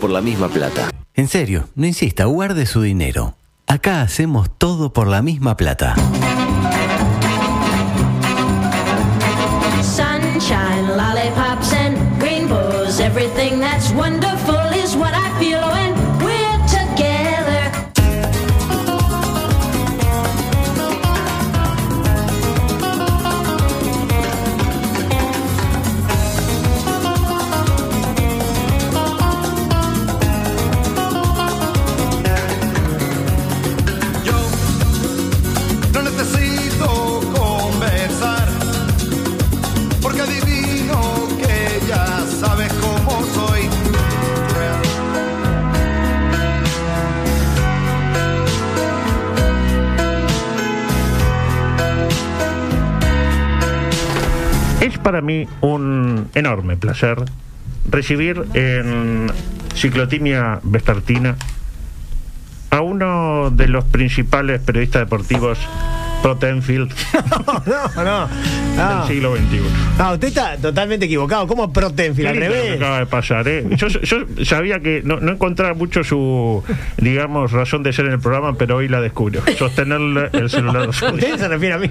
por la misma plata. En serio, no insista, guarde su dinero. Acá hacemos todo por la misma plata. sunshine, lollipops, and rainbows. Everything that's wonderful is what I feel when we're together. Yo no necesito conversar, porque adivino que ya sabes cómo soy. Es para mí un enorme placer recibir en Ciclotimia Vespertina a uno de los principales periodistas deportivos pro Tenfield No, no. del No, siglo XXI. No, usted está totalmente equivocado. ¿Cómo pro Tenfield? Al Qué lindo lo que revés. acaba de pasar, ¿eh? Yo, yo sabía que no, no encontraba mucho su, digamos, razón de ser en el programa, pero hoy la descubro. Sostener el celular. Usted se refiere a mí.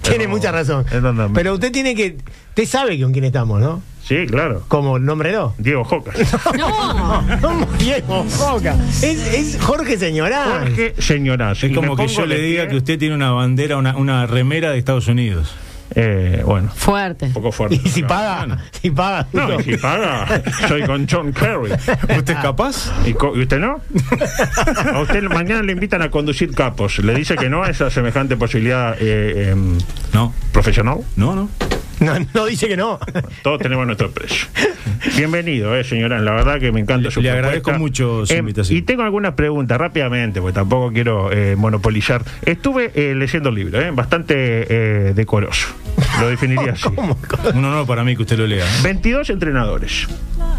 Tiene no, mucha razón. es donde- Pero usted tiene que. Usted sabe con quién estamos, ¿no? Sí, claro. Como nómbrelo. Diego Jocas. No, Como Diego Foca. Es, es Jorge Señorán. Jorge Señoraz. Es Y me como que pongo yo le de diga pie. que usted tiene una bandera, una, una remera de Estados Unidos. Eh, bueno, fuerte. un poco fuerte. Y si No. paga, si paga. No, y si paga, soy con John Kerry. ¿Usted es capaz? ¿Y, co- y usted no? A usted mañana le invitan a conducir capos. ¿Le dice que no a esa semejante posibilidad eh, em, No, profesional? no, no. No, no dice que no. Todos tenemos nuestro precio. Bienvenido, eh, señora. La verdad que me encanta Le- su le propuesta. Em, agradezco mucho su invitación. Y tengo algunas preguntas rápidamente, porque tampoco quiero eh, monopolizar. Estuve eh, leyendo el libro, eh, bastante eh, decoroso. Lo definiría así. Un honor para mí que usted lo lea. 22 entrenadores.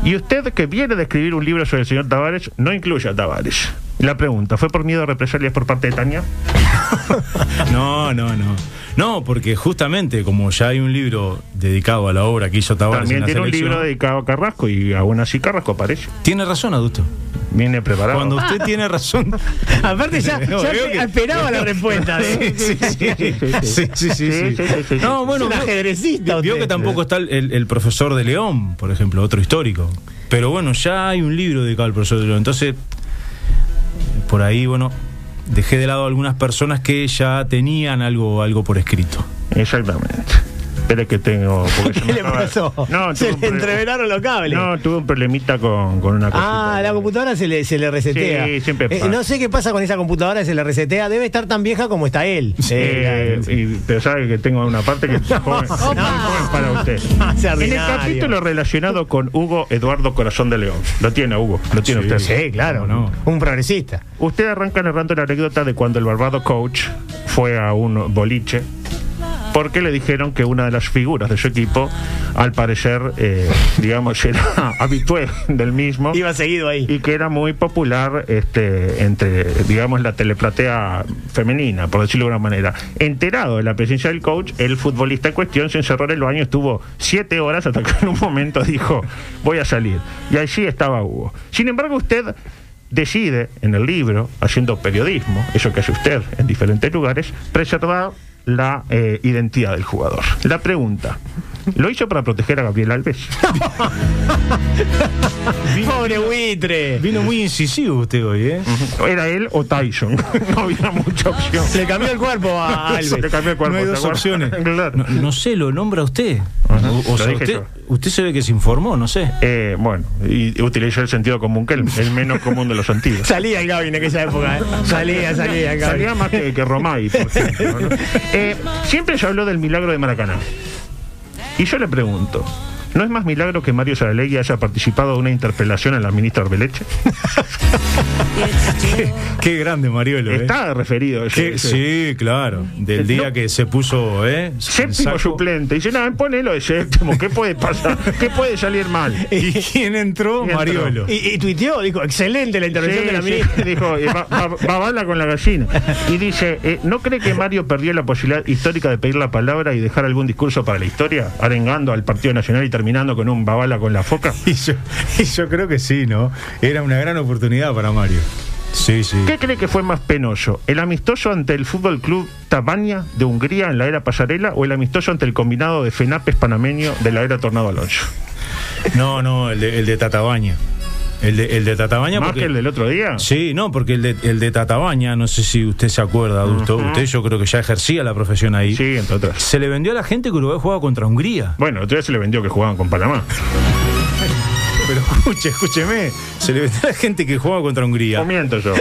Y usted que viene de escribir un libro sobre el señor Tavares, no incluye a Tavares. La pregunta, ¿fue por miedo a represalias por parte de Tania? No, no, no. No, porque justamente como ya hay un libro dedicado a la obra que hizo Tavares en También la tiene un selección- libro dedicado a Carrasco y aún así Carrasco aparece. Tiene razón, adusto. Viene preparado. Cuando usted tiene razón. Aparte ya, No, ya veo que- esperaba la respuesta. Sí, de- sí, sí. Sí, sí, Sí, sí, sí, sí, sí. sí. No, bueno, Es un vio- ajedrecista vi- Vio usted. que tampoco está el, el- el profesor de León, por ejemplo, otro histórico. Pero bueno, ya hay un libro dedicado al profesor de León. Entonces, por ahí, bueno, dejé de lado algunas personas que ya tenían algo, algo por escrito. Ah. Exactamente. Espera que tengo... porque se ¿Qué me le acaba- pasó? No, tuve se un le pro- entreveraron los cables. No, tuve un problemita con, con una cosita. Ah, la computadora se le, se le resetea. Eh, Sí, siempre pasa. no sé qué pasa con esa computadora, se le resetea. Debe estar tan vieja como está él. Eh, y- pero sabe que tengo una parte que es joven, muy joven para usted. Hace En el ordinario. capítulo relacionado con Hugo Eduardo Corazón de León. Lo tiene, Hugo. Lo tiene Sí. usted. Sí, claro. ¿Cómo no? Un progresista. Usted arranca narrando la anécdota de cuando el barbado coach fue a un boliche porque le dijeron que una de las figuras de su equipo, al parecer, eh, digamos, era habitual del mismo Iba seguido ahí. y que era muy popular este, entre, digamos, la teleplatea femenina, por decirlo de alguna manera. Enterado de la presencia del coach, el futbolista en cuestión se encerró en el baño, estuvo siete horas hasta que en un momento dijo, voy a salir. Y allí estaba Hugo. Sin embargo, usted decide en el libro, haciendo periodismo, eso que hace usted en diferentes lugares, preservar la eh, identidad del jugador. La pregunta, ¿lo hizo para proteger a Gabriel Alves? Pobre buitre. Vino muy incisivo usted hoy, ¿eh? ¿Era él o Tyson? No había mucha opción. Le cambió el cuerpo a Alves. Le cambió el cuerpo, no hay ¿te dos acuerdas? opciones. Claro. No, no sé, lo nombra usted. Ajá, O- o lo sea, dije usted, yo. usted se ve que se informó, no sé. Eh, bueno, y utilizó el sentido común que el, el menos común de los sentidos. Salía el Gaby en aquella época. ¿eh? Salía, salía el Gaby. Salía más que, que Romay, por ejemplo. ¿no? Eh, siempre se habló del milagro de Maracaná. Y yo le pregunto, ¿no es más milagro que Mario Saralegui haya participado de una interpelación a la ministra Arbeleche? Qué grande, Mariolo. ¿eh? Está referido. ese- Qué- ese- sí, claro. Del No. día que se puso, ¿eh? Séptimo el saco. suplente. Dice, no, ponelo de séptimo. ¿Qué puede pasar? ¿Qué puede salir mal? ¿Y quién entró? ¿Quién entró? Mariolo. Y, y tuiteó, dijo, excelente la intervención Sí, de la sí, ministra. dijo, eh, va, va- va bala con la gallina. Y dice, eh, ¿no cree que Mario perdió la posibilidad histórica de pedir la palabra y dejar algún discurso para la historia, arengando al Partido Nacional y terminando con un babala con la foca? Y yo, y yo creo que sí, ¿no? Era una gran oportunidad para Mario. Sí, sí. ¿Qué cree que fue más penoso? ¿El amistoso ante el Fútbol Club Tabania de Hungría en la era Pasarela o el amistoso ante el combinado de FENAPES panameño de la era Tornado Alonso? No, no, el de, el de Tatabaña. El de, el de Tatabaña. ¿Más porque- que el del otro día? Sí, no, porque el de, el de Tatabaña, no sé si usted se acuerda, adulto. Usted yo creo que ya ejercía la profesión ahí. Sí, entre otras. Se le vendió a la gente que Uruguay jugaba contra Hungría. Bueno, el otro día se le vendió que jugaban con Panamá. Pero escuche, escúcheme. Se le vendió a la gente que jugaba contra Hungría. O miento yo.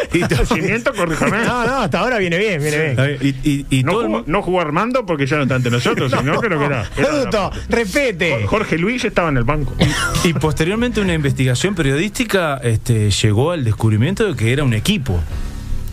si miento, corríjame. No, no, hasta ahora viene bien, viene bien. Está bien, Y, y- y No todo el jugó, mu- no jugó Armando porque ya no está ante nosotros, sino creo que era. era Adulto, respete. Jorge Luis estaba en el banco. y posteriormente una investigación periodística este, llegó al descubrimiento de que era un equipo.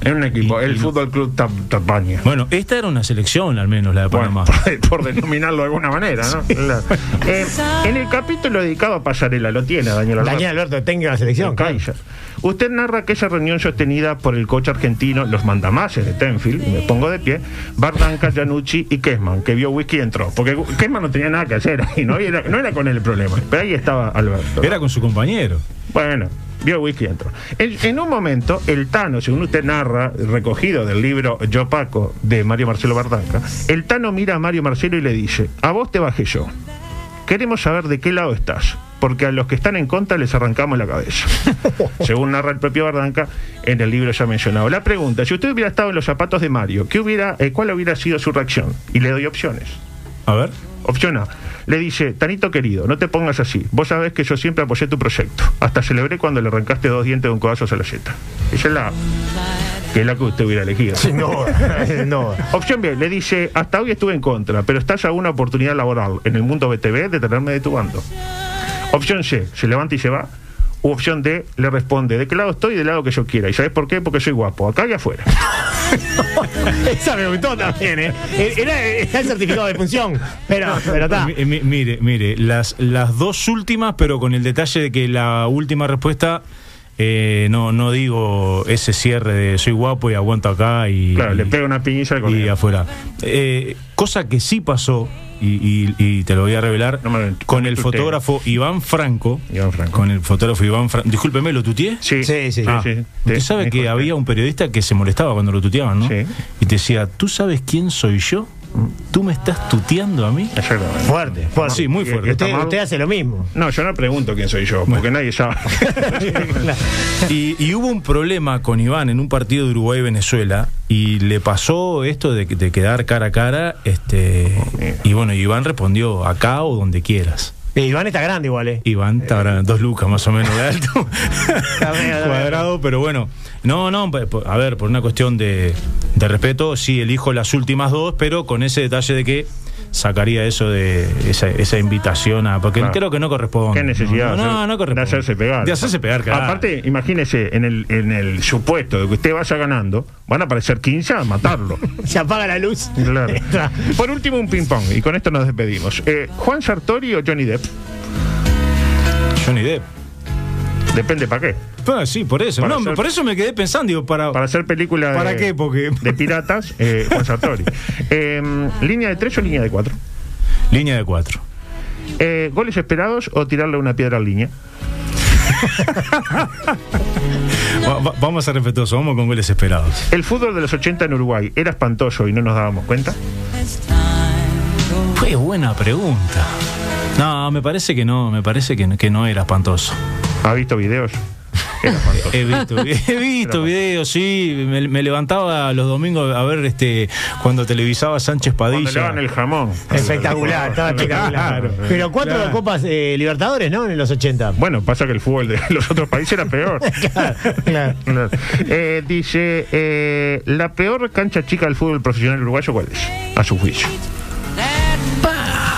Era un equipo, Y- el y- Fútbol Club Tab- Tapaña. Bueno, esta era una selección, al menos la de Bueno, Panamá. por, por denominarlo de alguna manera, ¿no? La- Eh, en el capítulo dedicado a Pasarela, lo tiene Daniel Alberto. Daniel Alberto, tenga la selección. claro. Kaiser. Usted narra aquella reunión sostenida por el coach argentino, los mandamases de Tenfield, me pongo de pie, Bardanca, Janucci y Kesman, que vio whisky y entró. Porque Kesman no tenía nada que hacer ahí, ¿no? Y era- no era con él el problema. Pero ahí estaba Alberto. Era con su compañero. Bueno, vio whisky dentro. En, en un momento, el Tano, según usted narra, recogido del libro Yo Paco de Mario Marcelo Bardanca, el Tano mira a Mario Marcelo y le dice, a vos te bajé yo. Queremos saber de qué lado estás, porque a los que están en contra les arrancamos la cabeza. según narra el propio Bardanca en el libro ya mencionado. La pregunta, si usted hubiera estado en los zapatos de Mario, ¿qué hubiera, eh, ¿cuál hubiera sido su reacción? Y le doy opciones. A ver. Opción A. Le dice, Tanito querido, no te pongas así. Vos sabés que yo siempre apoyé tu proyecto. Hasta celebré cuando le arrancaste dos dientes de un codazo a la yeta. Esa es la A, que es la que usted hubiera elegido. No, no. Opción B. Le dice, hasta hoy estuve en contra, pero estás a una oportunidad laboral en el mundo BTV de tenerme de tu bando. Opción C. Se levanta y se va. U opción D. Le responde, de qué lado estoy y del lado que yo quiera. ¿Y sabés por qué? Porque soy guapo. Acá y afuera. Esa me gustó también, ¿eh? Era, era el certificado de función, pero, pero está. Eh, Mi- mi- mire, mire, las, las dos últimas, pero con el detalle de que la última respuesta, eh, no, no digo ese cierre de soy guapo y aguanto acá y, Claro, le y- pega una piñiza con y afuera. Eh, cosa que sí pasó, y, y- y te lo voy a revelar, No me lo- con me el tuteo. fotógrafo Iván Franco. Iván Franco. Con el fotógrafo Iván Franco. Discúlpeme, ¿lo tuteé? Sí, Sí, sí. Ah, sí. Usted Sí, sabe me que dijo había un periodista que se molestaba cuando lo tuteaban, ¿no? Sí. Y te decía, ¿tú sabes quién soy yo? ¿Tú me estás tuteando a mí? Exactamente. Fuerte, fuerte. Sí, eh, muy fuerte. Usted, usted hace lo mismo. No, yo no pregunto quién soy yo, porque nadie sabe. Y, y hubo un problema con Iván en un partido de Uruguay-Venezuela y le pasó esto de, de quedar cara a cara. Este, Oh, y bueno, Iván respondió acá o donde quieras. Eh, Iván está grande igual, ¿eh? Iván está dos lucas más o menos de alto, cuadrado, pero bueno. No, no, pe- po- a ver, por una cuestión de, de respeto, sí elijo las últimas dos, pero con ese detalle de que sacaría eso de esa, esa invitación a. Porque Claro. creo que no corresponde. ¿Qué No, necesidad de no, hacer- no corresponde. de hacerse pegar? De hacerse pegar, claro. Aparte, imagínese, en el, en el supuesto de que usted vaya ganando, van a aparecer 15 a matarlo. Se apaga la luz. Claro. Entra. Por último, un ping-pong, y con esto nos despedimos. Eh, ¿Juan Sartori o Johnny Depp? Johnny Depp. Depende para qué. Ah, sí, por eso. Para No, hacer- por eso me quedé pensando, digo, para. Para hacer películas ¿Para qué? Porque- de piratas, eh, Juan Sartori. Eh, ¿Línea de 3 o línea de 4? Línea de cuatro. ¿Goles esperados o tirarle una piedra al línea? Va- va- vamos a ser respetuosos, vamos con goles esperados. ¿El fútbol de los 80 en Uruguay era espantoso y no nos dábamos cuenta? Fue buena pregunta. No, me parece que no, me parece que no, que no era espantoso. ¿Ha visto videos? Era espantoso. He visto, he visto videos, sí. Me, me levantaba los domingos a ver este cuando televisaba Sánchez Cuando le Padilla. daban el jamón. Espectacular, estaba espectacular. Pero cuatro Claro. copas eh, Libertadores, ¿no? En los 80. Bueno, pasa que el fútbol de los otros países era peor. Claro, claro. Claro. Eh, dice, eh, la peor cancha chica del fútbol profesional uruguayo, ¿cuál es? A su juicio.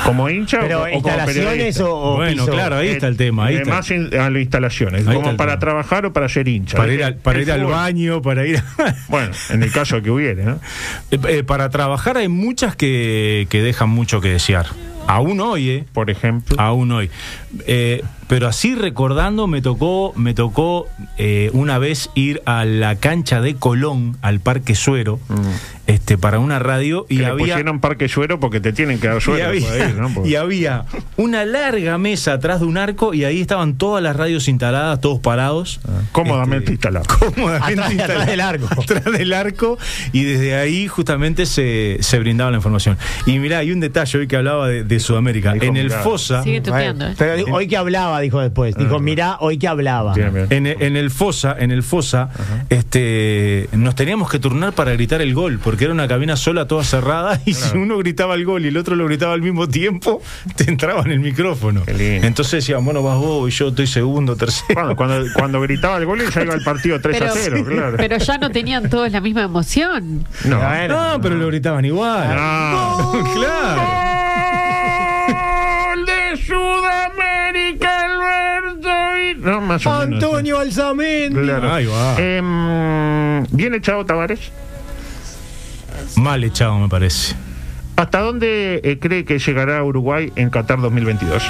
¿Como hincha o- Pero o, como instalaciones periodista? o, o Bueno, piso. claro, ahí está el tema. Ahí Eh, está. Más in- a las instalaciones, Ahí está como el para tema. trabajar o para ser hincha. Este, Para ir al, para El ir al fútbol- baño, para ir. a- Bueno, en el caso que hubiere, ¿no? Eh, eh, para trabajar hay muchas que, que dejan mucho que desear. Aún hoy, ¿eh? Por ejemplo. Aún hoy. Eh, Pero así recordando, me tocó, me tocó eh, una vez ir a la cancha de Colón, al Parque Suero, este, para una radio y Que le había. pusieron parque suero porque te tienen que dar Y suero. había, para ir, ¿no? Porque- y había una larga mesa atrás de un arco y ahí estaban todas las radios instaladas, todos parados. Cómodamente Este, instalado. Cómodamente Atrás- atrás instaladas. del arco. Atrás del arco y desde ahí justamente se, se brindaba la información. Y mirá, hay un detalle hoy que hablaba de, de Sudamérica. Ahí En el complicado. FOSA, Sigue tuteando, ¿eh? Pero dijo, hoy que hablaba, dijo después. Dijo, mirá, hoy que hablaba. Tiene miedo. En, e- en el Fosa, en el Fosa, este, nos teníamos que turnar para gritar el gol, porque era una cabina sola, toda cerrada, y si uno gritaba el gol y el otro lo gritaba al mismo tiempo, te entraba en el micrófono. Qué lindo. Entonces decían, bueno, vas vos y yo estoy segundo, tercero. Bueno, cuando, cuando gritaba el gol y salga el partido 3 a 0, claro. pero ya no tenían todos la misma emoción. no. Bueno, no, pero lo gritaban igual. No. claro. ¡Gol de Sudamérica, Alberto! Y- No, más o menos. Antonio Alzamendi. Claro. Ahí va. Em, bien echado Tavares. Mal echado, me parece. ¿Hasta dónde eh, cree que llegará Uruguay en Qatar 2022?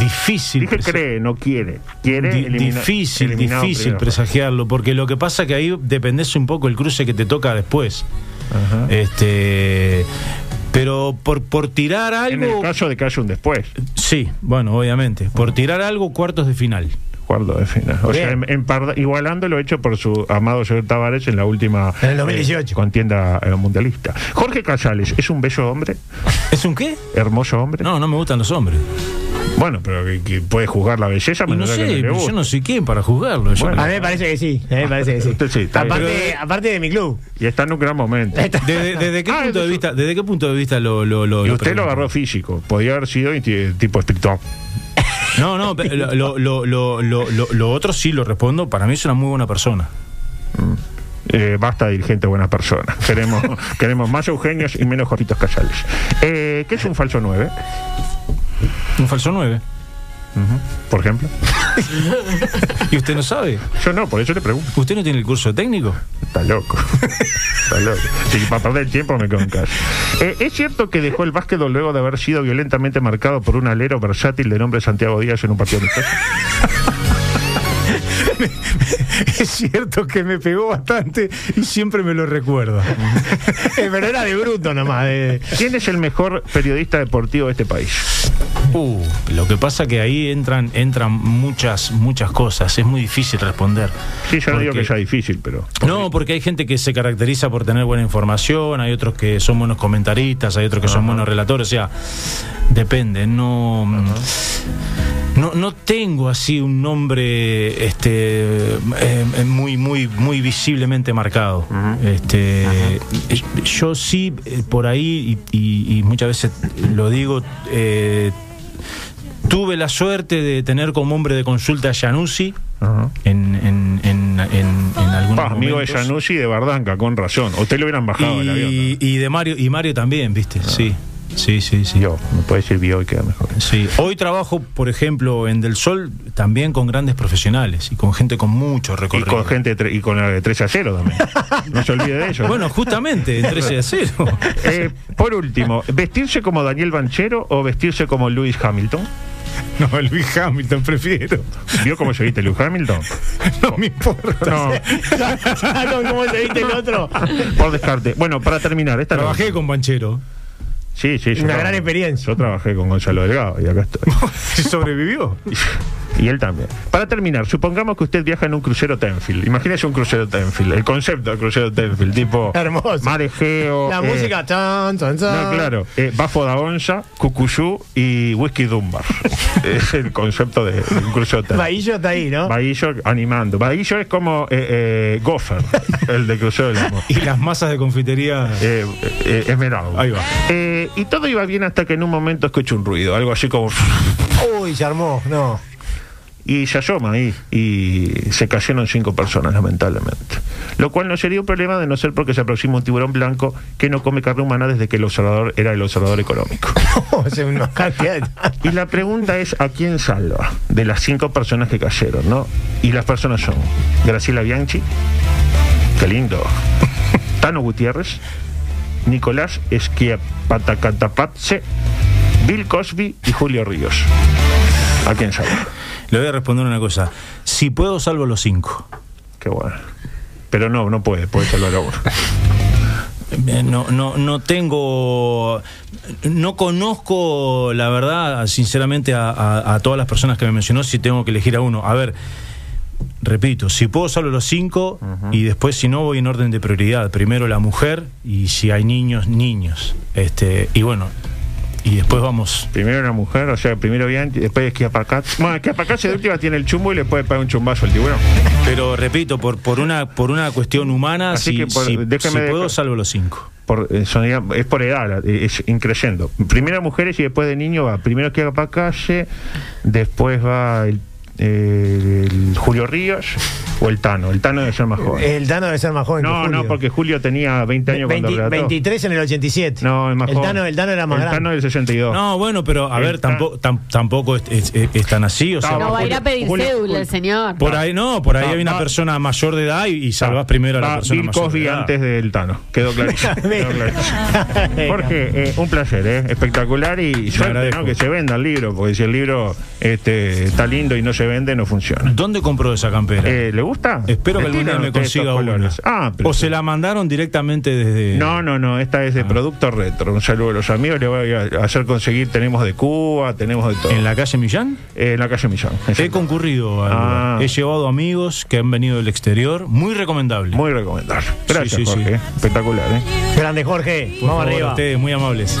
Difícil. Dije presa- cree, no quiere. Quiere Di- elimina- difícil, eliminado difícil primero. presagiarlo, porque lo que pasa que ahí dependés un poco el cruce que te toca después. Ajá. Este, pero por, por tirar En el algo, caso de que haya un después, sí, bueno, obviamente, por tirar algo cuartos de final. cuarto de final. O sea, Bien. en- emparda- igualando lo hecho por su amado señor Tavares en la última En el 2018. eh, contienda eh, mundialista. Jorge Casales, ¿es un bello hombre? ¿Es un qué? ¿Hermoso hombre? No, no me gustan los hombres. Bueno, pero que, que puede juzgar la belleza, Y pero no sé, que no le yo gusta. no soy quién para juzgarlo. yo Bueno. no- A mí me parece que sí. A mí me parece que sí. Sí, está bien. aparte, aparte de mi club. Y está en un gran momento. Está- ¿Desde, desde qué Ah, punto de eso- vista, desde qué punto de vista lo, lo, lo- Y lo usted lo pregunto? agarró físico. Podía haber sido inti- tipo espiritual. No, no, pe- lo, lo, lo, lo- lo- lo- lo otro sí lo respondo. Para mí es una muy buena persona. Eh, basta dirigente buena persona. Queremos, queremos más Eugenios y menos Jorritos Casales. Eh, ¿Qué es un falso 9, Un falso 9. por ejemplo? ¿Y usted no sabe? Yo no, por eso le pregunto. ¿Usted no tiene el curso técnico? Está loco. Está loco. Sí, para perder el tiempo me quedo en casa. Eh, ¿Es cierto que dejó el básquetbol luego de haber sido violentamente marcado por un alero versátil de nombre Santiago Díaz en un partido amistoso? Es cierto que me pegó bastante y siempre me lo recuerda. Eh, Pero era de bruto nomás. de- ¿Quién es el mejor periodista deportivo de este país? Uh, lo que pasa que ahí entran entran muchas muchas cosas, es muy difícil responder. Sí, yo no digo Porque- que sea difícil, pero. No, porque hay gente que se caracteriza por tener buena información, hay otros que son buenos comentaristas, hay otros que son buenos relatores, o sea, depende, no no, no tengo así un nombre este eh, muy muy muy visiblemente marcado. Este eh, yo sí eh, por ahí y, y- y muchas veces lo digo eh, Tuve la suerte de tener como hombre de consulta a Januzzi Ajá. en, en, en, en, en algunos Pa, Ah, amigo de momentos. Januzzi y de Bardanca, con razón. A Usted le hubieran bajado el avión. Ah. y, y de Mario y Mario también, ¿viste? Sí. Sí, sí, sí. Yo, me puede decir vio y queda mejor. Sí. Hoy trabajo, por ejemplo, en Del Sol también con grandes profesionales y con gente con mucho Y recorrido. con gente tre- y con la de 3 a 0 también. No se olvide de eso. Bueno, justamente, en 13 de 0. Eh, por último, ¿vestirse como Daniel Banchero o vestirse como Lewis Hamilton? No, Luis Hamilton prefiero. ¿Vio cómo se viste Lewis Hamilton? No me importa. No, ¿Cómo se viste el otro? por descarte. Bueno, para terminar, esta noche. Trabajé con Banchero. Sí, sí, yo Una trabajé. gran experiencia. Yo trabajé con Gonzalo Delgado y acá estoy. ¿Sobrevivió? Y él también. Para terminar, supongamos que usted viaja en un crucero Tenfield. Imagínese un crucero Tenfield. El concepto de crucero Tenfield, tipo. Hermoso. Marejeo. La eh, música. Chan, chan, chan. Ah. No, claro. Eh, Bafo da Onza, Cucuyú y Whisky Dunbar. es el concepto de, de un crucero Tenfield. Bahillo está ahí, ¿no? Bahillo animando. Bahillo es como eh, eh, Gopher, el de Crucero del Amor. Y las masas de confitería. Eh, eh, Esmeralda. Ahí va. Eh, y todo iba bien hasta que en un momento escucho un ruido, algo así como. Uy, se armó. No. Y se asoma ahí. Y se cayeron cinco personas, lamentablemente. Lo cual no sería un problema de no ser porque se aproxima un tiburón blanco que no come carne humana desde que el observador era el observador económico. se una cantidad de- Y la pregunta es, ¿a quién salva? De las cinco personas que cayeron, ¿no? Y las personas son Graciela Bianchi, qué lindo, Tano Gutiérrez, Nicolás Esquiapatacantapatse, Bill Cosby y Julio Ríos. ¿A quién sabe? Le voy a responder una cosa. Si puedo, salvo los cinco. Qué bueno. Pero no, no puede, puede salvar a uno. Eh, No, no, no tengo. No conozco, la verdad, sinceramente, a, a- a todas las personas que me mencionó si tengo que elegir a uno. A ver, repito, si puedo salvo los cinco y después, si no, voy en orden de prioridad. Primero la mujer y si hay niños, niños. Este, y bueno, y después vamos. Primero una mujer, o sea, primero Bianchi, después Esquiapacat. Bueno, Esquiapacat se de última tiene el chumbo y le puede pagar un chumbazo al tiburón. Pero repito, por, por, una, por una cuestión humana, Así si, que por- si- déjeme si dejar- puedo, salvo los cinco. Por, eh, son, digamos, es por edad, la- eh, es increyendo. Primero mujeres y después de niño va. Primero Esquiapacalle, después va el, eh, el Julio Ríos o el Tano. El Tano debe ser más joven. El Dano debe ser más joven que no, Eh, Julio. no, porque Julio tenía 20 años cuando 20 relató. 23 en el 87. No, es más el joven. Dano, el Dano era más El grande. Tano del 62. No, bueno, pero a ver, Está- tampoco, tam- tampoco es, es- es- es tan así. O sea, Está No, va a ir a pedir Julio, cédula Julio. el señor. por ahí no, por ahí No, hay una no. persona mayor de edad y, y salvas primero a la Va persona Ah. Bill mayor. Cosby de edad. antes del Tano. Quedó clarísimo. Quedó clarísimo. Jorge, eh, un placer, ¿eh? espectacular y suerte, agradezco. ¿no? que se venda el libro, porque si el libro este, está lindo y no se vende, no funciona. ¿Dónde compró esa campera? Eh, ¿Le gusta? Espero que Le algún día tiran me ustedes consiga estos una. colores. Ah, pero o se Ah. la mandaron directamente desde. No, no, no, esta es de producto retro. Un saludo a los amigos, le voy a hacer conseguir, tenemos de Cuba, tenemos de todo. ¿En la calle Millán? Eh, en la calle Millán. He concurrido. al Ah. lugar. He llevado amigos que han venido del exterior. Muy recomendable. Muy recomendable. Gracias, sí, sí. Jorge. ¿eh? Espectacular, ¿eh? Grande Jorge, Por vamos favor, arriba. ustedes, muy amables.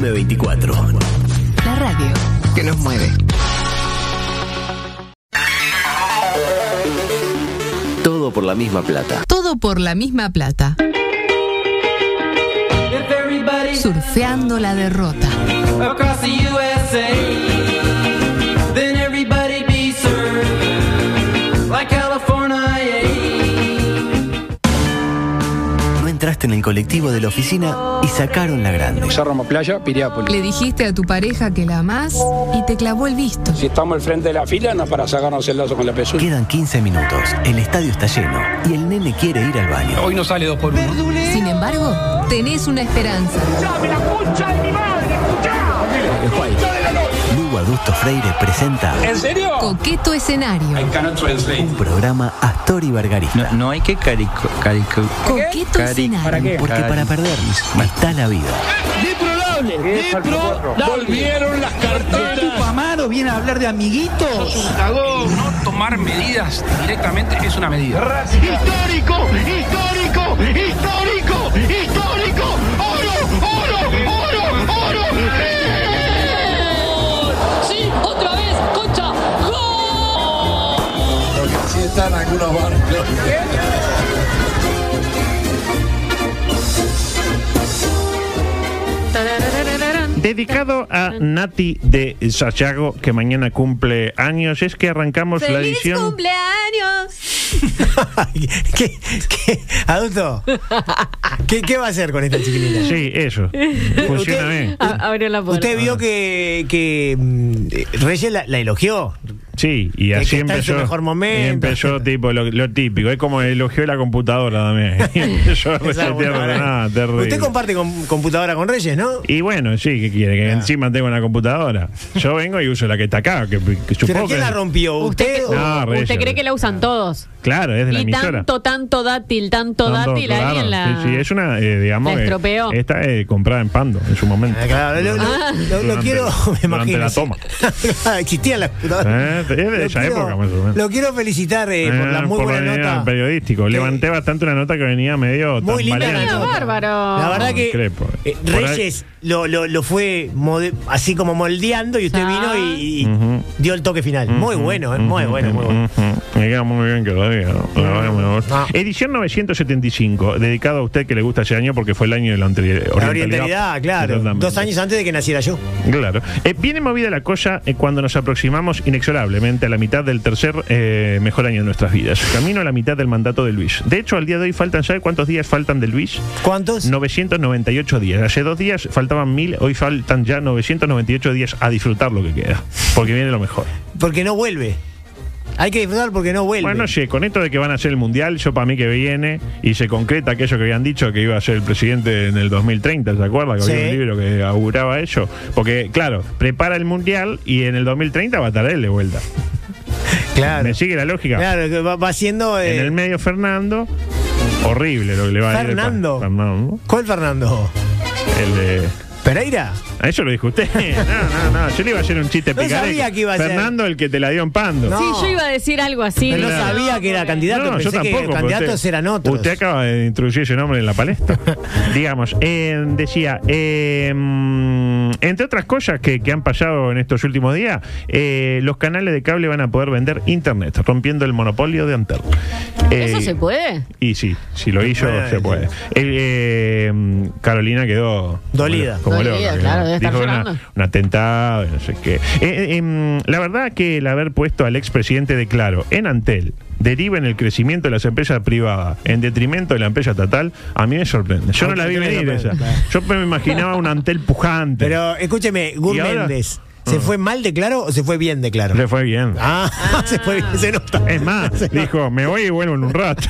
M24. La radio. que nos mueve. Todo por la misma plata. Todo por la misma plata. Surfeando la derrota. across the USA, then everybody be served like California. No entraste en el colectivo de la oficina y sacaron la grande. Cerro Playa, Piriápolis. Le dijiste a tu pareja que la amás y te clavó el visto. Si estamos al frente de la fila, no es para sacarnos el lazo con la pezuña. Quedan 15 minutos, el estadio está lleno y el nene quiere ir al baño. Hoy no sale dos por uno. Sin embargo, tenés una esperanza. Lugo Adusto Freire presenta ¿En serio? Coqueto escenario. cannot translate. un programa Astor y Bargarista. hay que carico, carico. Coqueto escenario. Porque para perder está la vida. Volvieron las carteras. ¿Tu Amaro viene a hablar de amiguitos? No tomar medidas directamente es una medida. Histórico, histórico, histórico, histórico. Oro, oro, oro, oro. ¡Eh! Sí, otra vez, concha. Tarararararán. Dedicado a Nati de Sachago, que mañana cumple años, es que arrancamos la ¡Feliz edición. cumpleaños! ¿Qué, qué, adulto, ¿qué, ¿qué va a hacer con esta chiquilina? Sí, eso. Funciona bien. A- Abrió la puerta. Usted vio Ah. que, que mm, eh, Reyes la, la elogió. Sí, y que así está en su empezó. mejor momento. Empezó tipo lo, lo típico. Es como elogió la computadora también. Y empezó a Esa resetear computadora. nada, terrible. Usted comparte con- computadora con Reyes, ¿no? Y bueno, sí, ¿qué quiere? Ah. Que encima tengo una computadora. Yo vengo y uso la que está acá, que, que ¿Pero supongo quién que- la rompió? ¿Usted? o- No, Reyes. ¿Usted cree que la usan todos? Claro, es de Ah. la Y emisora. tanto, tanto dátil, tanto Tanto, dátil ahí claro, en la. sí, sí, es una, eh, digamos, la eh, estropeó. esta eh, comprada en Pando en su momento. Ah, Claro, lo, lo- Durante- lo- lo quiero, me durante imagino. la sí. toma. Existían las computadoras. Eh, es de esa época, más o menos. Lo quiero felicitar eh, por la Eh, muy por buena venir nota. al periodístico. Levanté bastante una nota que venía medio Muy linda la tambaleante. nota. Bárbaro. La verdad que Crepo. eh, Por ahí- Reyes lo, lo, lo fue mode- así como moldeando y usted vino y, y Ujú. dio el toque final. Muy bueno, eh, muy bueno, muy bueno. Ujú. Me queda muy bien que lo diga. ¿no? La verdad que me gusta. Edición 975, dedicado a usted que le gusta ese año porque fue el año de la ori- La orientalidad. orientalidad, claro. Exactamente. Dos años antes de que naciera yo. Claro. Eh, viene movida la cosa eh, cuando nos aproximamos inexorablemente a la mitad del tercer eh, mejor año de nuestras vidas. Camino a la mitad del mandato de Luis. De hecho, al día de hoy faltan, ¿sabe cuántos días faltan de Luis? ¿Cuántos? 998 días. Hace dos días faltaban mil, hoy faltan ya 998 días a disfrutar lo que queda. Porque viene lo mejor. Porque no vuelve. Hay que disfrutar porque no vuelve. Bueno, sí, con esto de que van a hacer el mundial, yo para mí que viene y se concreta aquello que habían dicho que iba a ser el presidente en el 2030, ¿se acuerda? Que había Sí. un libro que auguraba eso. Porque, claro, prepara el mundial y en el 2030 va a estar él de vuelta. claro. ¿Me sigue la lógica? Claro, que va, va siendo. eh, En el medio, Fernando. Horrible lo que le va a ir. Fernando. Fernando. ¿Cuál Fernando? El de. ¿Pereira? A eso lo dijo usted. No, no, no. Yo le iba a hacer un chiste No picaresco. sabía que iba a ser. Fernando, el que te la dio en pando. No. Sí, yo iba a decir algo así. Pero no Claro. sabía que era candidato. No, pensé yo tampoco. que los pero candidatos usted- eran otros. Usted acaba de introducir ese nombre en la palestra. Digamos, eh, decía, eh, mm, entre otras cosas que, que han pasado en estos últimos días, eh, los canales de cable van a poder vender internet, rompiendo el monopolio de Antel. ¿Eso Eh, se puede? Y sí, si lo hizo, Bueno, se puede. sí. El, eh, mm, Carolina quedó. Dolida. Como Dolida, loca, claro, debe estar Dijo que era llorando. una- un atentado y no sé qué. Eh, eh, em, la verdad que el haber puesto al expresidente de Claro en Antel deriva en el crecimiento de las empresas privadas en detrimento de la empresa estatal, a mí me sorprende. Yo no la vi venir esa. Yo me imaginaba un Antel pujante. Pero escúcheme, Gur ¿Y ahora? Mm. Méndez, ¿se fue mal de claro o se fue bien de claro? Le fue bien. Ah, se fue bien, se nota. Es más, dijo, me voy y vuelvo en un rato.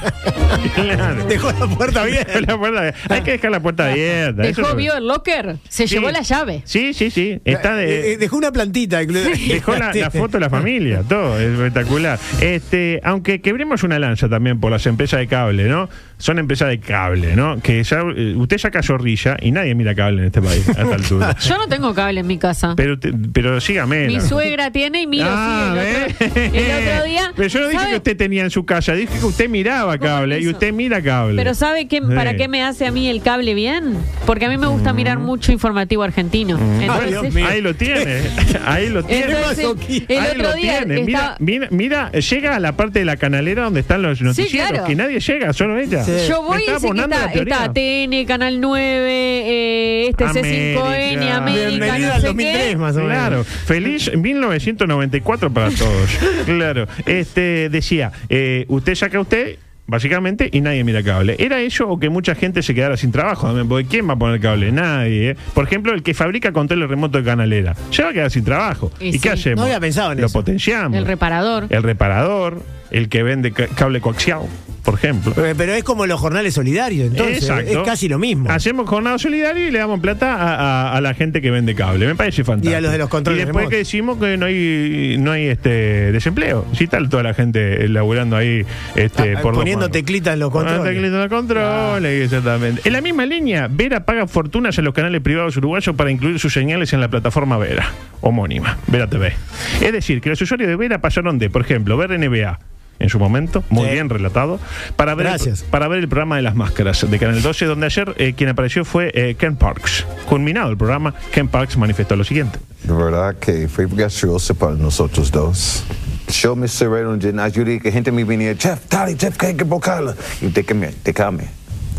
Claro. Dejó la puerta Dejó bien. la puerta abierta. Hay que dejar la puerta abierta. Eso es Dejó lo- vivo el locker. Se Sí. llevó la llave. Sí, sí, sí. Está Eh, eh, de, Dejó una plantita. dejó la, la foto de la familia, todo, es espectacular. Este, aunque quebremos una lanza también por las empresas de cable, ¿no? Son empresas de cable, ¿no? Que ya, eh, usted saca zorrilla y nadie mira cable en este país a esta altura. Yo no tengo cable en mi casa. Pero, te- pero sígame. Mi la- suegra tiene y miro Ah, sí, el, otro, ¿ves? el otro día. Pero yo no dije ¿sabe? que usted tenía en su casa, dije que usted miraba ¿Cómo cable es y eso? usted mira cable. Pero ¿sabe qué, Sí. para qué me hace a mí el cable bien? Porque a mí me gusta mirar mucho informativo argentino. Bueno, Entonces, Dios mío. ahí lo tiene, ahí lo tiene. entonces, masoquista. el Ahí otro lo día tiene. Mira, estaba- mira, mira, llega a la parte de la canalera donde están los noticieros, claro. que nadie llega, solo ella. Sí. yo voy Me y está sé que abonando está, la teoría. está TN, Canal 9, eh, este C5N, América. América, Bienvenido no al sé 2003, qué. más o menos. Claro, feliz 1994 para todos. Claro, este decía, eh, usted saca usted, básicamente, y nadie mira cable. ¿Era eso o que mucha gente se quedara sin trabajo también? Porque ¿quién va a poner cable? Nadie. ¿eh? Por ejemplo, el que fabrica control remoto de canalera, se va a quedar sin trabajo. Y ¿Y, sí. qué hacemos? No había pensado en Lo eso. potenciamos. El reparador. el reparador, el que vende ca- cable coaxial, por ejemplo. Eh, Pero es como los jornales solidarios, entonces. Exacto. Es casi lo mismo. Hacemos jornada solidaria y le damos plata a, a- a la gente que vende cable. Me parece fantástico. Y a los de los controles Y después remotos. que decimos que no hay no hay este desempleo. Si tal toda la gente laburando ahí este, Ah, por los poniendo manos. teclitas en los Poniendo controles. Ah. teclitas en los controles, exactamente. En la misma línea, Vera paga fortunas a los canales privados uruguayos para incluir sus señales en la plataforma Vera, homónima, Vera TV. Es decir, que los usuarios de Vera pasaron de, por ejemplo, ver NBA en su momento, muy Sí. bien relatado, para ver, Gracias. El, para ver el programa de las máscaras de Canal 12, donde ayer eh, quien apareció fue eh, Ken Parks. Culminado el programa, Ken Parks manifestó lo siguiente. La verdad que fue gracioso para nosotros dos. Yo me cerré un gimnasio y que gente me venía, chef, dale, chef, que hay que buscarla. Y déjame, déjame.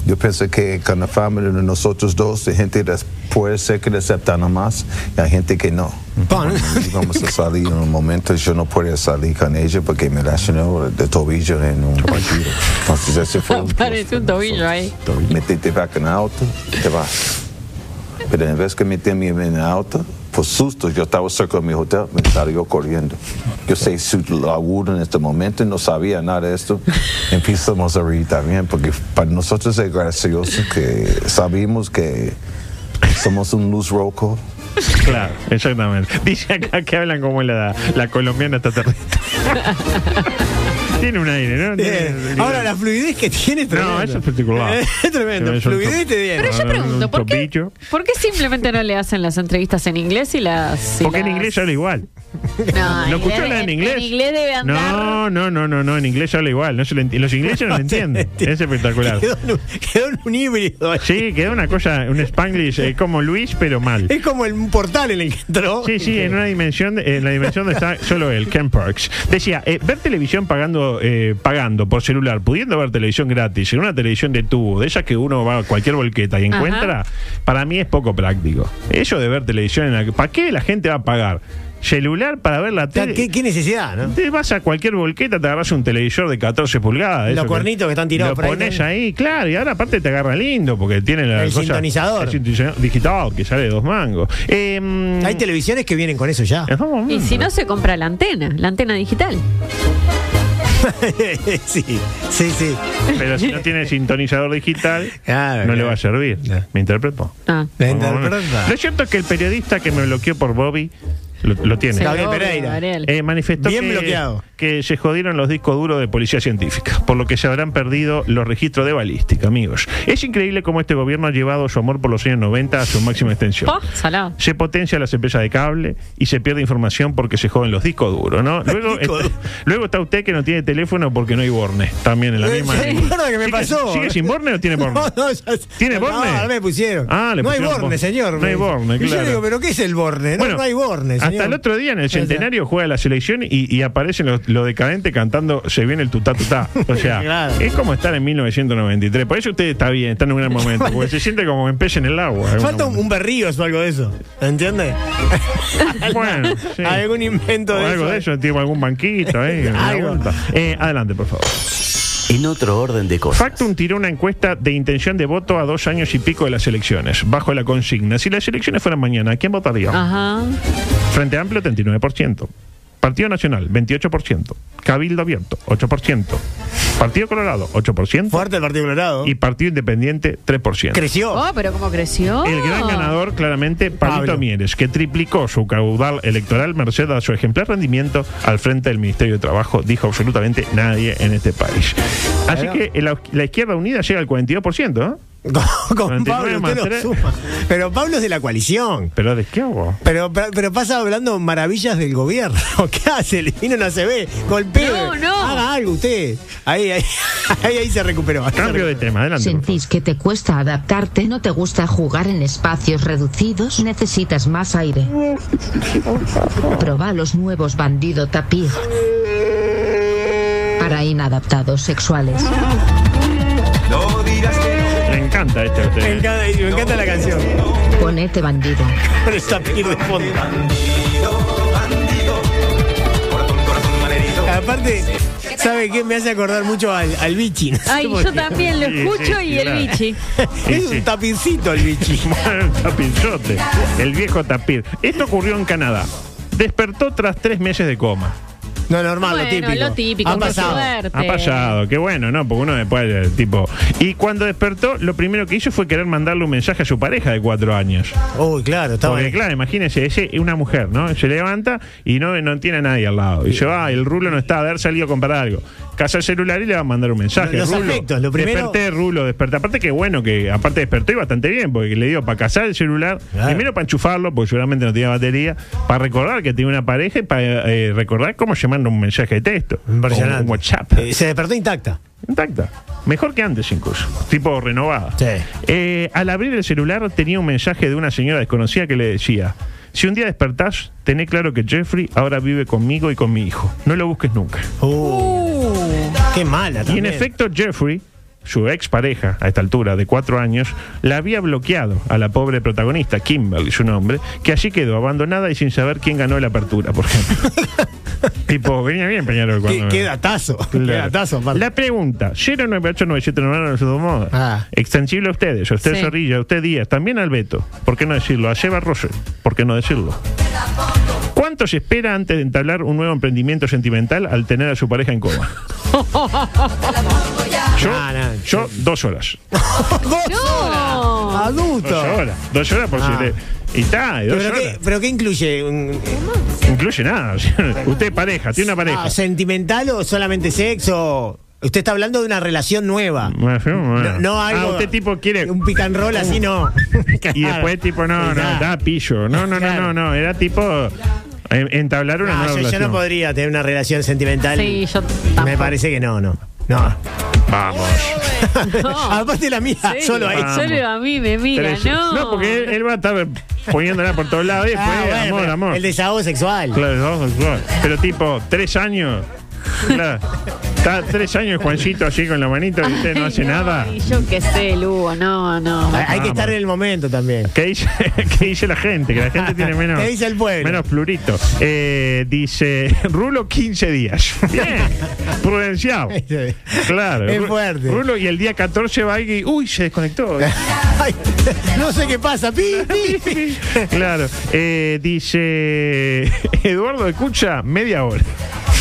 Yo pensé que con la familia de nosotros dos, hay gente que puede ser que le aceptan más y hay gente que no. Pan. Y Vamos a salir en un momento, yo no podía salir con ella porque me lesionó de tobillo en un partido. Entonces ese fue un... Parece un tobillo ahí. Metete back en el auto, te vas. Pero en vez que meterme en el auto, por susto, yo estaba cerca de mi hotel, me salió corriendo. Yo sé su laburo en este momento, no sabía nada de esto. Empezamos a reír también, porque para nosotros es gracioso que sabemos que somos un luz rojo. Claro, exactamente. Dice acá que hablan como la, la colombiana extraterrestre. Tiene un aire, ¿no? Eh, Tiene- ahora, la fluidez que tiene es No, tremenda. eso es particular. es tremendo. Eso es un Fluidez to- te viene. Pero yo Ah, pregunto, un ¿por qué, topillo. ¿por qué simplemente no le hacen las entrevistas en inglés y las... y Porque en las- inglés habla igual. No, ¿Lo escuchó debe- hablar en inglés? Ah, En inglés debe andar. No, no, no, no, no, en inglés habla igual. No se lo enti- los ingleses no lo entienden. Es espectacular. Quedó en un, quedó en un híbrido. ahí. Sí, quedó una cosa, un Spanglish eh, como Luis, pero mal. Es como el un portal en el que entró. Sí, sí, en una dimensión, de- en la dimensión donde está solo él, Ken Parks. Decía, eh, ver televisión pagando, eh, pagando por celular, pudiendo ver televisión gratis, en una televisión de tubo, de esas que uno va a cualquier volqueta y Ajá. encuentra, para mí es poco práctico. Eso de ver televisión, en la- ¿para qué la gente va a pagar? Celular para ver la O sea, tele. ¿Qué, qué necesidad, no? Te vas a cualquier volqueta, te agarras un televisor de 14 pulgadas. Los eso que- cuernitos que están tirados Lo por ahí pones también. ahí, claro, y ahora aparte te agarra lindo porque tiene la. El sintonizador. el sintonizador digital que sale de dos mangos. Em, Hay televisiones que vienen con eso ya. estamos Y si hablando. no, se compra la antena, la antena digital. ¿Eh? sí, sí, sí. Pero si no tiene sintonizador digital, Claro, no le claro. va a servir. Me interpreto. Ah. La interpreta. Lo cierto es que el periodista que me bloqueó por Bobby lo, lo tiene. Se Gabriel logra, Pereira. Gabriel. Eh, manifestó Bien que, bloqueado. que se jodieron los discos duros de policía científica, por lo que se habrán perdido los registros de balística, amigos. Es increíble cómo este gobierno ha llevado su amor por los años 90 a su máxima extensión. Po, salado. Se potencia las empresas de cable y se pierde información porque se joden los discos duros, ¿no? Luego, Disco está, duro. luego está usted que no tiene teléfono porque no hay borne, también en la misma. Eh, Sí, me acuerdo que me ¿Sigue- pasó. ¿Sigue sin borne o tiene borne? No, no, ya- ¿Tiene no, borne? ahora me pusieron. Ah, le no hay pusieron borne, borne. señor. No me hay dice. borne, Y yo claro. le digo, ¿pero qué es el borne? No, no hay borne, señor. Hasta el otro día en el O sea, centenario juega la selección y, y aparecen los, los decadentes cantando Se viene el tutá tutá. O sea, Claro. es como estar en 1993. Por eso usted está bien, está en un gran momento. Porque se siente como un pez en el agua. Falta un, un berríos o algo de eso. ¿Entiendes? Bueno, sí. Algún invento O de algo eso. eh. de eso, tiene algún banquito ahí. una Algo. vuelta. Eh, adelante, por favor. En otro orden de cosas. Factum tiró una encuesta de intención de voto a dos años y pico de las elecciones, bajo la consigna. Si las elecciones fueran mañana, ¿a quién votaría? Ajá. Frente Amplio, 39%. Partido Nacional, 28%. Cabildo Abierto, 8%. Partido Colorado, 8%. Fuerte el Partido Colorado. Y Partido Independiente, 3%. creció. Oh, pero cómo creció. El gran ganador, claramente, Pablito Pablo. Mieres, que triplicó su caudal electoral merced a su ejemplar rendimiento al frente del Ministerio de Trabajo, dijo absolutamente nadie en este país. Así que la, la izquierda unida llega al 42%, ¿eh? Con, con 49 Pablo, más usted no tres. suma. Pero Pablo es de la coalición. ¿Pero de qué hago? Pero, pero, pero pasa hablando maravillas del gobierno. ¿Qué hace? Le vino una CB. Golpee. No, no. Haga algo usted. Ahí, ahí, ahí, ahí se recuperó. Ahí se Cambio de tema, adelante. por favor. ¿Sentís que te cuesta adaptarte? ¿No te gusta jugar en espacios reducidos? ¿Necesitas más aire? Proba los nuevos Bandido Tapir para inadaptados sexuales. Me encanta este recuperó. Me hotel. encanta, me encanta la canción. Ponete bandido. Con esta piel de fondo. Aparte, ¿sabe qué? Me hace acordar mucho al, al bichi. no sé Ay, por yo qué. también lo Sí, escucho sí, y sí, el claro. bichi. Sí, Es sí. un tapincito el bichi. Bueno, tapinzote, el viejo tapir. Esto ocurrió en Canadá. Despertó tras tres meses de coma. No, normal, bueno, lo típico. lo típico, Ha por pasado. suerte. Ha pasado, qué bueno, ¿no? Porque uno después, eh, tipo. Y cuando despertó, lo primero que hizo fue querer mandarle un mensaje a su pareja de cuatro años. Uy, claro, estaba Porque, ahí. claro, imagínense, es una mujer, ¿no? Se levanta y no, no tiene a nadie al lado. Y se va, el rulo no está, de haber salido a comprar algo. Casa el celular y le va a mandar un mensaje. Los rulo, afectos, lo primero- Desperté, Rulo, desperté. Aparte que bueno, que aparte despertó y bastante bien, porque le dio para casar el celular, Claro. primero para enchufarlo, porque seguramente no tenía batería, para recordar que tiene una pareja y para eh, recordar cómo se manda un mensaje de texto. O un Impresionante. WhatsApp. Eh, se despertó intacta. Intacta. Mejor que antes incluso. Tipo renovada. Sí. Eh, al abrir el celular tenía un mensaje de una señora desconocida que le decía, si un día despertás, tené claro que Jeffrey ahora vive conmigo y con mi hijo. No lo busques nunca. Uh, qué mala Y en también. efecto, Jeffrey, su expareja a esta altura de cuatro años, la había bloqueado a la pobre protagonista, Kimberly, su nombre, que allí quedó abandonada y sin saber quién ganó la apertura, por ejemplo. tipo, venía bien Peñarol Qué, cuando... qué datazo. Qué Claro. datazo, aparte. La pregunta, 0989799 Ah. extensible a ustedes, a usted Sí. Zorrilla, a usted Díaz, también al Beto, ¿por qué no decirlo? A Seba Rose, ¿por qué no decirlo? ¿Cuánto se espera antes de entablar un nuevo emprendimiento sentimental al tener a su pareja en coma? yo, Ah, no. yo, dos horas. Dos No. horas. Adulto. Dos horas. Dos horas por Ah. si le- Y está, y dos ¿Pero horas. qué, pero qué incluye? Un- Incluye nada. o sea, usted es pareja, tiene una pareja. ah, ¿Sentimental o solamente sexo? Usted está hablando de una relación nueva. Bueno, bueno. No, no algo. Ah, usted tipo quiere Un pick and roll así no. Uh. Y después tipo, no, no, Claro. da pillo. No, no, no, Claro. no, no. Era tipo. En- entablar una Ah, nueva yo, yo relación. no podría tener una relación sentimental. Sí, yo Me parece que no, no. No. Vamos. Aparte la mía, Sí, solo ahí. Ah, Solo a mí me mira, Pero ¿no? yo- No, porque él, él va a estar poniéndola por todos lados y después Ah, bueno, amor, pero amor. El desahogo sexual. Claro, no, no. Pero tipo, tres años. Claro. Está tres años Juancito así con la manito y usted no hace nada. Ah, Y yo qué sé, Lugo, no, no. Hay hay que Vamos. estar en el momento también. ¿Qué dice, qué dice la gente? Que la gente tiene menos. ¿Qué dice el pueblo? Menos plurito. Eh, dice, Rulo 15 días. Bien. Prudenciado. Claro. Es Ru- fuerte. Rulo y el día 14 va y. Uy, se desconectó. Ay, no sé qué pasa. Pi, pi, pi. Claro. Eh, dice, Eduardo escucha media hora.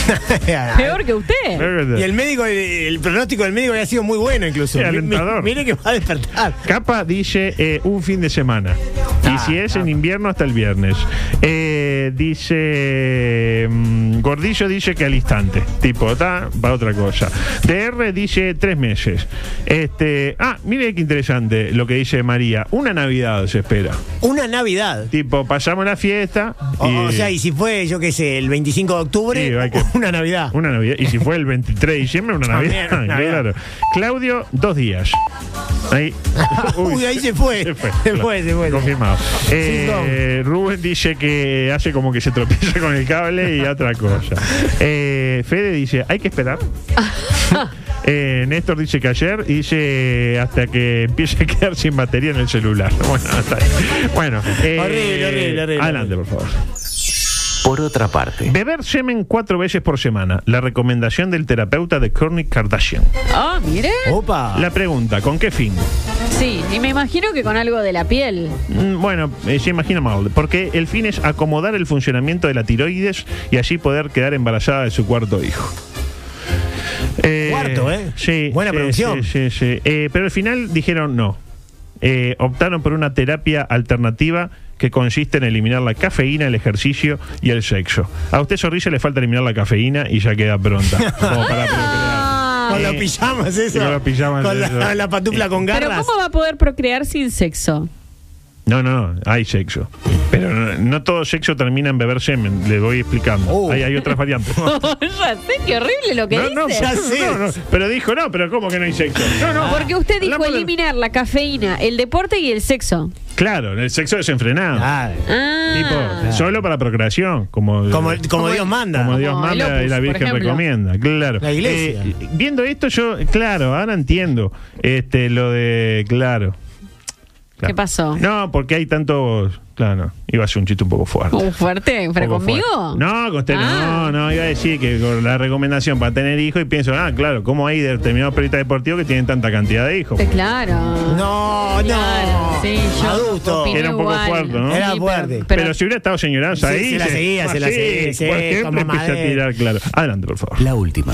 ah. Peor que usted. y el médico, el, el pronóstico del médico había sido muy bueno incluso. Sí, alentador. Mire que va a despertar. Capa dice eh, un fin de semana. Ah, y si es en invierno, hasta el viernes. Eh, dice. mm, Gordillo dice que al instante. Tipo, está, va otra cosa. DR dice tres meses. Este, ah, mire qué interesante lo que dice María. Una Navidad se espera. Una Navidad. Tipo, pasamos la fiesta. O, y- o sea, y si fue, yo qué sé, el 25 de octubre, Sí, hay que- una Navidad. Una Navidad. Y si fue el 23 de diciembre, una También, Navidad. Navidad. Claro. Claudio, dos días. Ahí. Uy, ahí se fue. Se fue, Se fue, se fue. Confirmado. Eh, Rubén dice que hace como que se tropieza con el cable y otra cosa. Eh, Fede dice, hay que esperar. Eh, Néstor dice que ayer y dice hasta que empiece a quedar sin batería en el celular. Bueno, hasta ahí. bueno eh, Horrible, horrible, horrible. adelante, por favor. Por otra parte, Beber semen cuatro veces por semana. La recomendación del terapeuta de Kourtney Kardashian. Ah, mire. Oh. Opa. La pregunta, ¿con qué fin? Sí, y me imagino que con algo de la piel. Mm, Bueno, eh, se imagina mal, porque el fin es acomodar el funcionamiento de la tiroides y así poder quedar embarazada de su cuarto hijo. Eh, Cuarto, ¿eh? Sí. Buena sí, producción. Sí, sí, sí. Eh, pero al final dijeron no. Eh, optaron por una terapia alternativa que consiste en eliminar la cafeína, el ejercicio y el sexo. A usted, Zorrilla, le falta eliminar la cafeína y ya queda pronta. Como para procrear. Con los Eh, pijamas, eso. con los pijamas, Con la, eso. la patufla con Pero garras. ¿cómo va a poder procrear sin sexo? No, no, no, hay sexo. Pero no, no todo sexo termina en beber semen, le voy explicando. Oh. Hay, hay otras variantes. ya sé, qué horrible lo que No, dice. no, Ya sé. no, no, pero dijo, no, pero ¿cómo que no hay sexo? No, no. Porque usted dijo Hablamos de- eliminar la cafeína, el deporte y el sexo. Claro, el sexo desenfrenado. Ah, Tipo, Ah. solo para procreación, como, eh, como, como Dios manda. como Dios Como el manda y Opus, la por Virgen ejemplo. recomienda. Claro. La iglesia. Eh, viendo esto, yo, claro, ahora entiendo este lo de, claro. Claro. ¿Qué pasó? No, porque hay tantos. Claro, no, iba a ser un chiste un poco fuerte. Uh, fuerte, pero Poco conmigo. fuerte. No, con usted Ah. no, no, iba a decir que con la recomendación para tener hijos y pienso, ah, claro, ¿cómo hay determinados periodistas deportivos que tienen tanta cantidad de hijos? Eh, Claro. No, no. Claro, sí, yo Adulto. opiné Era un poco igual. fuerte, ¿no? Sí, Era pero- fuerte. Pero, Pero, si hubiera estado señoranza Sí, ahí. se la seguía, se la ah, seguía, sí, por ejemplo, como empieza a madera. tirar, claro. Adelante, por favor. la última.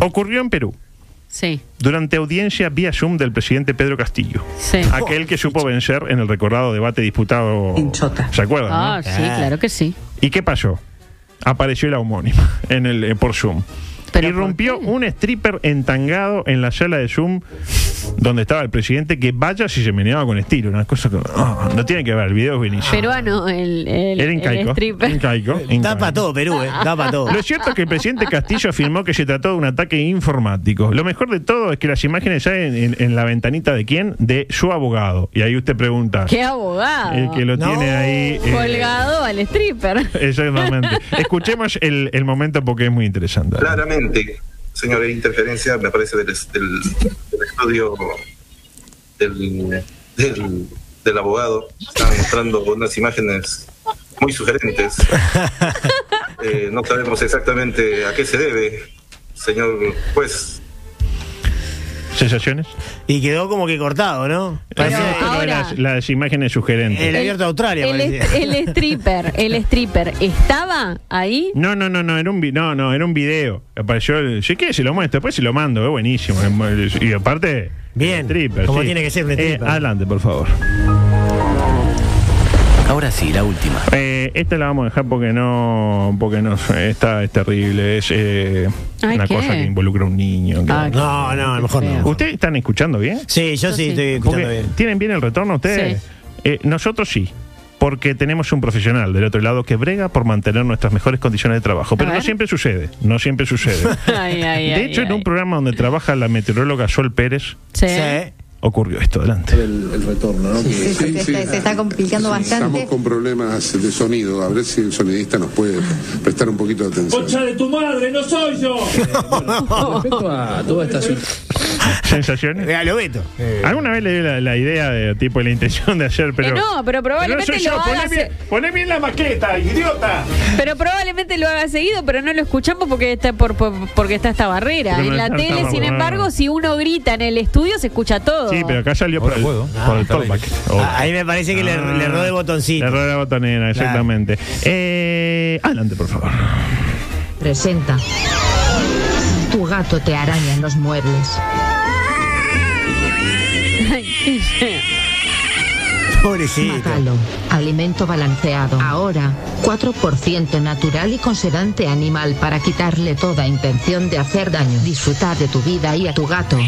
Ocurrió en Perú. Sí, Durante audiencia vía Zoom del presidente Pedro Castillo. sí. Oh, Aquel que supo vencer en el recordado debate disputado. Hinchota. ¿Se acuerdan? no? Ah, sí, claro que sí. ¿Y qué pasó? Apareció la homónima en el, eh, por Zoom. ¿Pero Irrumpió un stripper entangado en la sala de Zoom donde estaba el presidente que vaya si se meneaba con estilo. Una cosa que ah, no tiene que ver, el video es buenísimo. Peruano, el, el, Era el incaico. stripper. incaico, Da incaico. para todo, Perú, eh. Da para todo. Lo cierto es que el presidente Castillo afirmó que se trató de un ataque informático. Lo mejor de todo es que las imágenes salen en, en la ventanita de quién? De su abogado. Y ahí usted pregunta, ¡Qué abogado! el que lo No. tiene ahí... eh, Colgado al stripper. Exactamente. Escuchemos el, el momento porque es muy interesante. Claramente, señor, hay interferencia, me parece, del, del- del estudio del, del- del abogado. Están mostrando unas imágenes muy sugerentes. Eh, no sabemos exactamente a qué se debe, señor juez. ¿Sensaciones? Y quedó como que cortado, ¿no? Pero Esto no ahora- es las, las imágenes El sugerentes. abierto de Australia, El, parecía. est- el stripper, el stripper, ¿estaba ahí? No, no, no, no, era un, vi- no, no, era un video. Apareció el. Si quiere, se lo muestro, después se lo mando, es buenísimo. Es- Y aparte. Bien, el stripper, como tiene que ser un Eh, stripper. adelante, por favor. Ahora sí, la última. Eh, esta la vamos a dejar porque no. Porque no. Esta es terrible. Es eh, Ay, una ¿qué? cosa que involucra a un niño. que- Ah, No, no, a lo mejor no. ¿Ustedes están escuchando bien? Sí, yo Yo sí sí. estoy Porque escuchando bien. ¿Tienen bien el retorno ustedes? Sí. Eh, nosotros sí. porque tenemos un profesional del otro lado que brega por mantener nuestras mejores condiciones de trabajo. Pero no siempre sucede, no siempre sucede. Ay, ay, de ay, hecho, en ay. un programa donde trabaja la meteoróloga Sol Pérez, Sí. Sí. ocurrió esto. Adelante. El, el retorno, ¿no? Que- sí, sí. se está complicando Estamos con problemas de sonido. A ver si el sonidista nos puede prestar un poquito de atención. de tu madre, no soy yo. respecto a toda esta ¿Sensaciones? Ah, Alguna vez le dio la, la idea, de, tipo la intención de hacer, pero. Eh, no, pero probablemente Pero soy lo yo, haga poné se- bien- poné bien la maqueta, idiota. Pero probablemente lo haga seguido, pero no lo escuchamos porque está por, por- porque está esta barrera. Porque no en la está esta tele, sin barrera. embargo, si uno grita en el estudio, se escucha todo. Sí, pero acá salió por el, Ah, por el callback. Ah, ahí me parece que le- le erró de botoncito. Le erró de botonera, exactamente. Eh, adelante, por favor. Presenta. Tu gato te araña en los muebles. Pobrecito. Mátalo. Alimento balanceado. Ahora, 4% natural y con sedante animal para quitarle toda intención de hacer daño. Disfruta de tu vida y a tu gato.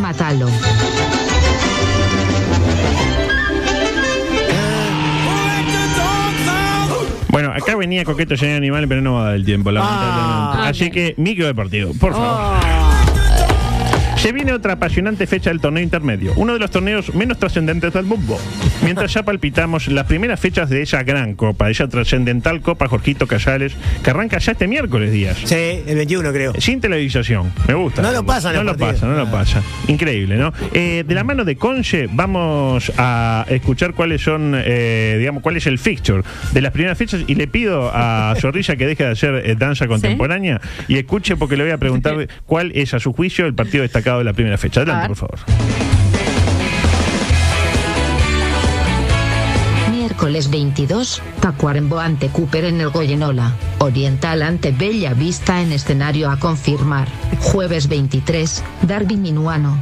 Mátalo. Bueno, acá venía coqueto lleno de animales, pero no va a dar el tiempo, lamentablemente. Así que, micro de partido, por favor. Se viene otra apasionante fecha del torneo intermedio, uno de los torneos menos trascendentes del mundo. Mientras ya palpitamos las primeras fechas de esa gran copa, de esa trascendental copa Jorgito Casales, que arranca ya este miércoles días. Sí, el 21 creo. Sin televisación, me gusta. No lo pasan No los lo partidos. pasa, no lo pasa. Increíble, ¿no? Eh, de la mano de Conche vamos a escuchar cuáles son, eh, digamos, cuál es el fixture de las primeras fechas y le pido a Zorrilla que deje de hacer eh, danza contemporánea y escuche porque le voy a preguntar cuál es a su juicio el partido destacado de la primera fecha. A Adelante, ver. por favor. Miércoles 22, Tacuarembó ante Cooper en el Goyenola. Oriental ante Bella Vista en escenario a confirmar. Jueves 23, Darby Minuano.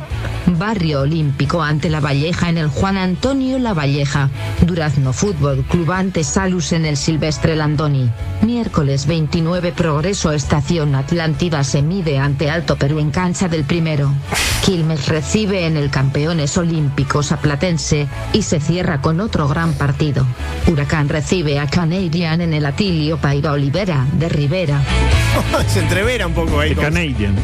Barrio Olímpico ante La Valleja en el Juan Antonio La Valleja. Durazno Fútbol Club ante Salus en el Silvestre Landoni. Miércoles 29, Progreso Estación Atlántida se mide ante Alto Perú en cancha del primero. Quilmes recibe en el Campeones Olímpicos a Platense y se cierra con otro gran partido. Huracán recibe a Canadian en el Atilio Paiva Olivera de Rivera. Se entrevera un poco ahí. El Canadian.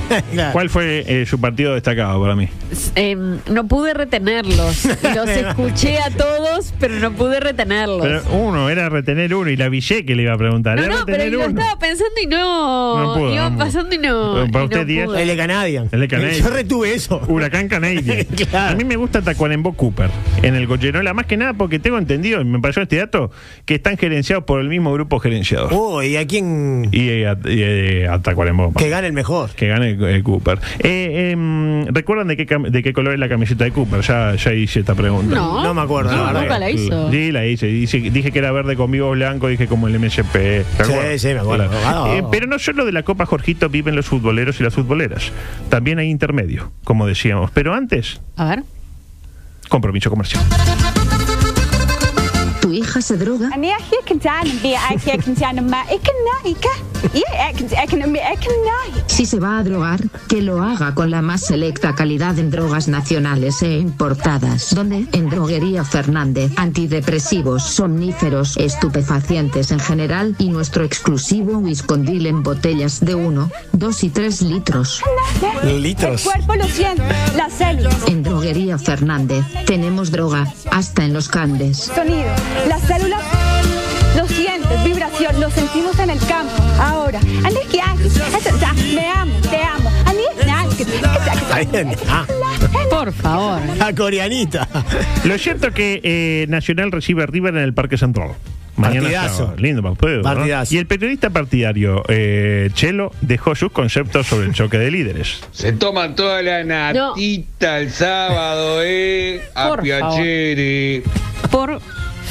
¿Cuál fue eh, su partido destacado para mí? Eh, no pude retenerlos. Los escuché a todos, pero no pude retenerlos. Pero uno, era retener uno y la Villé que le iba a preguntar. no, era no, pero retener lo uno. estaba pensando y no. No pudo, iba no pudo. pasando y no. Eh, para y usted no 10. pude. Canadian. El de Canadian. Yo retuve eso. Huracán Canadian. A mí me gusta Tacuarembó Cooper en el Goyenola, más que nada porque tengo entendido, y me pasó este dato, que están gerenciados por el mismo grupo gerenciador. Oh, ¿y a quién Y, eh, a, y, eh, a Tacuarembó. que gane el mejor? Que gane el, el Cooper. Eh, em, ¿Recuerdan de qué, cam- de qué color es la camiseta de Cooper? Ya, ya hice esta pregunta. No. No me acuerdo, No, la verdad nunca que- la hizo. Sí, la hice. Dice- dije que era verde con vivo blanco, dije como el MSP. ¿te acuerdas? sí, me acuerdo. Ah, Eh, ah. pero no solo de la Copa Jorgito viven los futboleros y las futboleras. También hay intermedio, como decíamos. Pero antes, A ver. compromiso comercial. ¿Tu hija se droga? Si se va a drogar, que lo haga con la más selecta calidad en drogas nacionales e importadas. Donde en Droguería Fernández, antidepresivos, somníferos, estupefacientes en general y nuestro exclusivo Wiscondil en botellas de 1, 2 y 3 litros. Litros. En Droguería Fernández tenemos droga hasta en los candes. Sonido, las células lo sientes, vibración, lo sentimos en el campo. Ahora, Ani, ¿qué haces? Eso, ya, me amo, te amo. Ani, nada, que- que- que- Está bien. Ah, Por favor. la coreanita. Lo cierto que eh, Nacional recibe a River en el Parque Central. Mañana Partidazo. sábado. Lindo partido. ¿no? Partidazo. Y el periodista partidario eh, Chelo dejó sus conceptos sobre el choque de líderes. Se toman toda la natita el sábado, ¿eh? A Por piacere. Por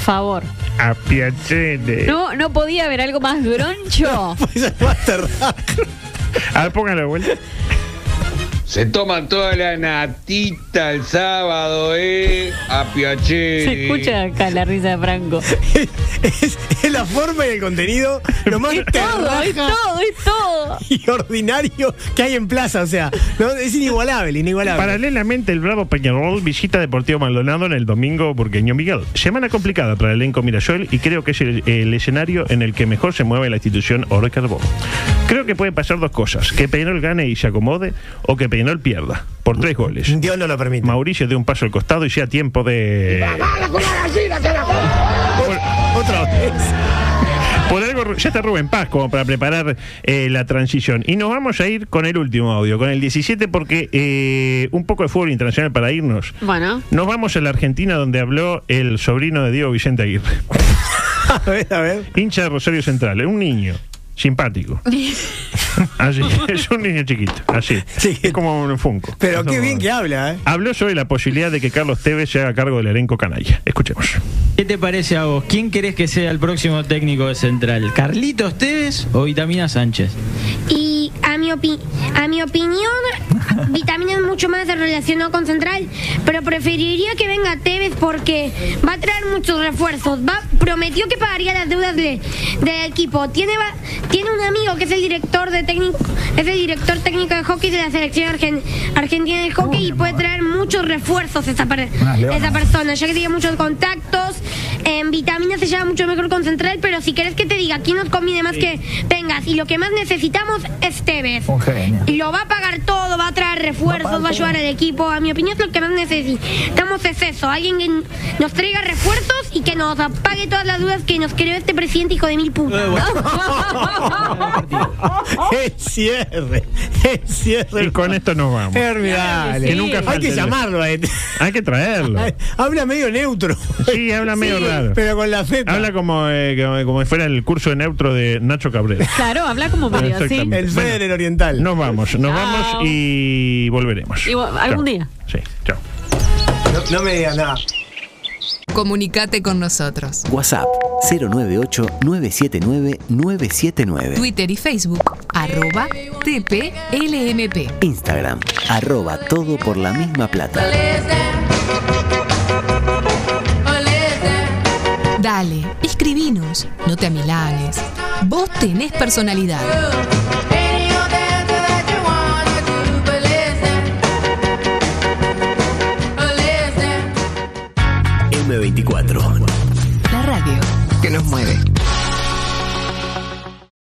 favor. A piacere. No, no podía haber algo más Pues groncho. A ver, póngalo de vuelta. Se toman toda la natita el sábado, ¿eh? A Piacere. Se escucha acá la risa de Franco. es, es la forma y el contenido lo más Es todo, es terraja todo, es todo. y ordinario que hay en plaza. O sea, no, es inigualable, inigualable. Paralelamente, el Bravo Peñarol visita Deportivo Maldonado en el domingo burgueño Miguel. Semana complicada para el elenco Mirasol y creo que es el, el escenario en el que mejor se mueve la institución Oro Carbó. Creo que pueden pasar dos cosas: que Peñarol gane y se acomode, o que Peñarol pierda por tres goles. Dios no lo permite. Mauricio dé un paso al costado y sea tiempo de. Otra vez. Por algo, Ru- ya está Rubén Paz como para preparar eh, la transición. Y nos vamos a ir con el último audio, con el 17, porque eh, un poco de fútbol internacional para irnos. Bueno. Nos vamos a la Argentina donde habló el sobrino de Diego Vicente Aguirre. A ver, a ver. Hincha de Rosario Central, es un niño. Simpático. Así, es un niño chiquito. Así. Es como un funko. Pero qué bien que habla, ¿eh? Habló sobre la posibilidad de que Carlos Tevez se haga cargo del elenco canalla. Escuchemos. ¿Qué te parece a vos? ¿Quién querés que sea el próximo técnico de Central? ¿Carlitos Tevez o Vitamina Sánchez? Y a mi, opi- a mi opinión, Vitamina es mucho más relacionado con Central, pero preferiría que venga Tevez porque va a traer muchos refuerzos. Va, prometió que pagaría las deudas de- del equipo. Tiene, va- tiene un amigo que es el director de técnico, es el director técnico de hockey de la selección argen- argentina de hockey y puede traer muchos refuerzos esa, per- esa persona, ya que tiene muchos contactos. En vitamina se lleva mucho mejor con Central, pero si querés que te diga quién nos conviene más que tengas y lo que más necesitamos es Tevez. Y lo va a pagar todo, va a traer refuerzos, va a ayudar al equipo. A mi opinión, lo que más necesitamos es eso: alguien que n- nos traiga refuerzos y que nos apague todas las dudas que nos creó este presidente, hijo de mil putas. Es cierre. Es cierre. Y con esto nos vamos. Formidable. Que nunca Hay falte que el- llamarlo a este. Hay que traerlo. Ay, Habla medio neutro. Sí, habla medio Sí, raro. Pero con la Z. Habla como, eh, como, como si fuera el curso de neutro de Nacho Cabrera. Claro, habla como medio así. Exactamente. El Bueno, Federer oriental. Nos vamos, nos vamos y volveremos. Y vo- Chao. algún día. Sí, chao. No, no me digas nada. Comunicate con nosotros. WhatsApp 098-979-979. Twitter y Facebook, arroba TPLMP. Instagram, arroba todo por la misma plata. Dale, escribinos, no te amilanes. Vos tenés personalidad. M24. La radio Que nos mueve.